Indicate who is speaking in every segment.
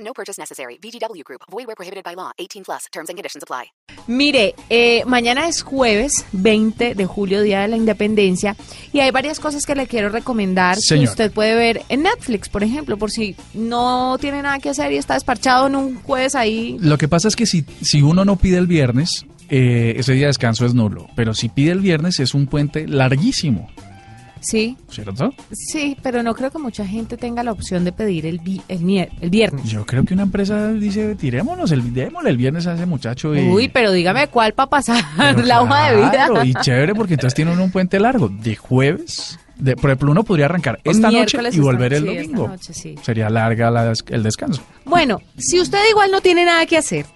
Speaker 1: No purchase necessary. VGW Group. Void where prohibited by law. 18 plus. Terms and conditions apply.
Speaker 2: Mire, eh, mañana es jueves 20 de julio, Día de la Independencia, y hay varias cosas que le quiero recomendar que
Speaker 3: Señor.
Speaker 2: usted puede ver en Netflix, por ejemplo, por si no tiene nada que hacer y está desparchado en un jueves ahí.
Speaker 3: Lo que pasa es que si, si uno no pide el viernes, eh, ese día de descanso es nulo. Pero si pide el viernes es un puente larguísimo,
Speaker 2: Sí,
Speaker 3: ¿cierto?
Speaker 2: sí, pero no creo que mucha gente tenga la opción de pedir el, vi- el, mier- el viernes.
Speaker 3: Yo creo que una empresa dice, tirémonos, el, démosle el viernes a ese muchacho. Y,
Speaker 2: Uy, pero dígame cuál para pasar
Speaker 3: Pero
Speaker 2: la hoja de vida.
Speaker 3: claro, Y chévere porque entonces tiene uno un puente largo. De jueves, de, por ejemplo, uno podría arrancar esta noche
Speaker 2: Miércoles
Speaker 3: y
Speaker 2: esta
Speaker 3: volver el
Speaker 2: noche, sí, esta
Speaker 3: domingo.
Speaker 2: noche, sí.
Speaker 3: Sería larga la des- el descanso.
Speaker 2: Bueno, si usted igual no tiene nada que hacer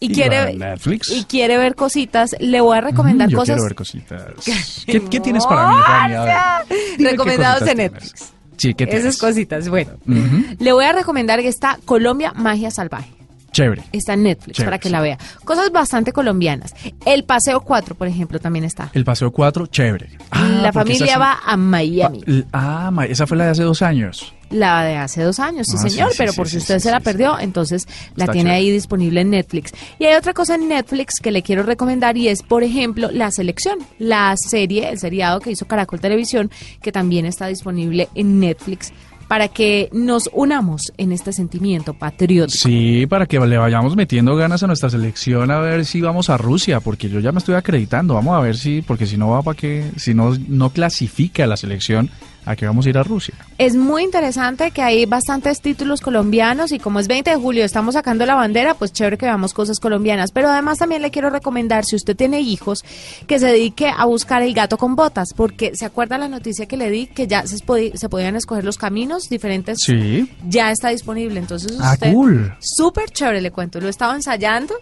Speaker 2: y,
Speaker 3: Y va a
Speaker 2: quiere
Speaker 3: Netflix.
Speaker 2: y quiere ver cositas, le voy a recomendar
Speaker 3: Mm, Yo
Speaker 2: cosas
Speaker 3: quiero ver cositas. ¿Qué, qué tienes para mí, Fanny? A ver, dime qué
Speaker 2: recomendados
Speaker 3: cositas
Speaker 2: en
Speaker 3: tienes.
Speaker 2: Netflix.
Speaker 3: Sí, ¿qué tienes?
Speaker 2: Esas cositas, bueno.
Speaker 3: Ujú.
Speaker 2: Le voy a recomendar que está Colombia Magia Salvaje.
Speaker 3: Chévere.
Speaker 2: Está en Netflix
Speaker 3: Chévere,
Speaker 2: para que
Speaker 3: sí.
Speaker 2: la vea. Cosas bastante colombianas. El Paseo 4, por ejemplo, también está.
Speaker 3: El paseo 4, chévere. Ah,
Speaker 2: la
Speaker 3: porque esa
Speaker 2: familia
Speaker 3: sí-
Speaker 2: va a Miami.
Speaker 3: Pa- l- Ah, ma- esa fue la de hace dos años.
Speaker 2: La de hace dos años, sí
Speaker 3: Ah, sí,
Speaker 2: señor,
Speaker 3: sí,
Speaker 2: pero
Speaker 3: sí,
Speaker 2: por si
Speaker 3: sí,
Speaker 2: usted
Speaker 3: sí,
Speaker 2: se la
Speaker 3: sí,
Speaker 2: perdió, entonces la
Speaker 3: Está
Speaker 2: tiene
Speaker 3: chévere.
Speaker 2: ahí disponible en Netflix. Y hay otra cosa en Netflix que le quiero recomendar y es, por ejemplo, La Selección, la serie, el seriado que hizo Caracol Televisión, que también está disponible en Netflix, para que nos unamos en este sentimiento patriótico.
Speaker 3: Sí, para que le vayamos metiendo ganas a nuestra selección a ver si vamos a Rusia, porque yo ya me estoy acreditando. Vamos a ver si, porque si no va para que, si no, no clasifica la selección, a que vamos a ir a Rusia.
Speaker 2: Es muy interesante que hay bastantes títulos colombianos y como es 20 de julio estamos sacando la bandera, pues chévere que veamos cosas colombianas. Pero además también le quiero recomendar, si usted tiene hijos, que se dedique a buscar el gato con botas, porque se acuerda la noticia que le di que ya se, podi- se podían escoger los caminos diferentes.
Speaker 3: Sí.
Speaker 2: Ya está disponible, entonces
Speaker 3: Ah,
Speaker 2: usted...
Speaker 3: cool.
Speaker 2: Súper chévere, le cuento. Lo estaba ensayando.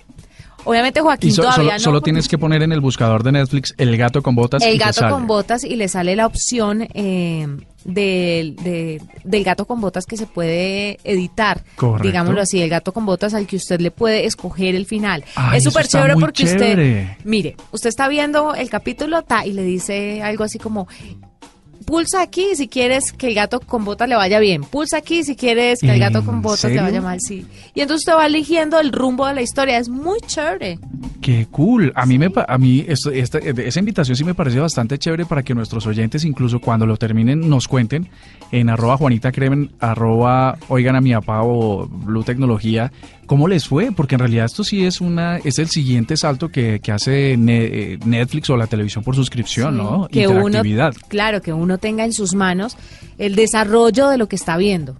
Speaker 2: Obviamente Joaquín
Speaker 3: Y so- solo,
Speaker 2: todavía no...
Speaker 3: solo
Speaker 2: porque-
Speaker 3: tienes que poner en el buscador de Netflix el gato con botas. y
Speaker 2: el
Speaker 3: te
Speaker 2: gato
Speaker 3: sale.
Speaker 2: con botas y le sale la opción eh, del, de- del gato con botas que se puede editar,
Speaker 3: Correcto.
Speaker 2: digámoslo así, el gato con botas al que usted le puede escoger el final.
Speaker 3: Ay,
Speaker 2: es
Speaker 3: eso
Speaker 2: súper
Speaker 3: está
Speaker 2: chévere
Speaker 3: muy
Speaker 2: porque
Speaker 3: chévere.
Speaker 2: usted, mire, usted está viendo el capítulo ta, y le dice algo así como... Pulsa aquí si quieres que el gato con botas le vaya bien. Pulsa aquí si quieres que el gato con
Speaker 3: ¿En
Speaker 2: botas le
Speaker 3: serio?
Speaker 2: vaya mal, sí. Y entonces usted va eligiendo el rumbo de la historia. Es muy chévere.
Speaker 3: Qué cool. A mí, me, pa- a mí esto- esta- esa invitación sí me parece bastante chévere para que nuestros oyentes, incluso cuando lo terminen, nos cuenten en arroba Juanita Cremen, arroba Oigan a mi papá o Blue Tecnología, cómo les fue, porque en realidad esto sí es una es el siguiente salto que, que hace ne- eh, Netflix o la televisión por suscripción,
Speaker 2: Sí,
Speaker 3: ¿no?
Speaker 2: Que uno,
Speaker 3: Interactividad.
Speaker 2: claro, que uno tenga en sus manos el desarrollo de lo que está viendo.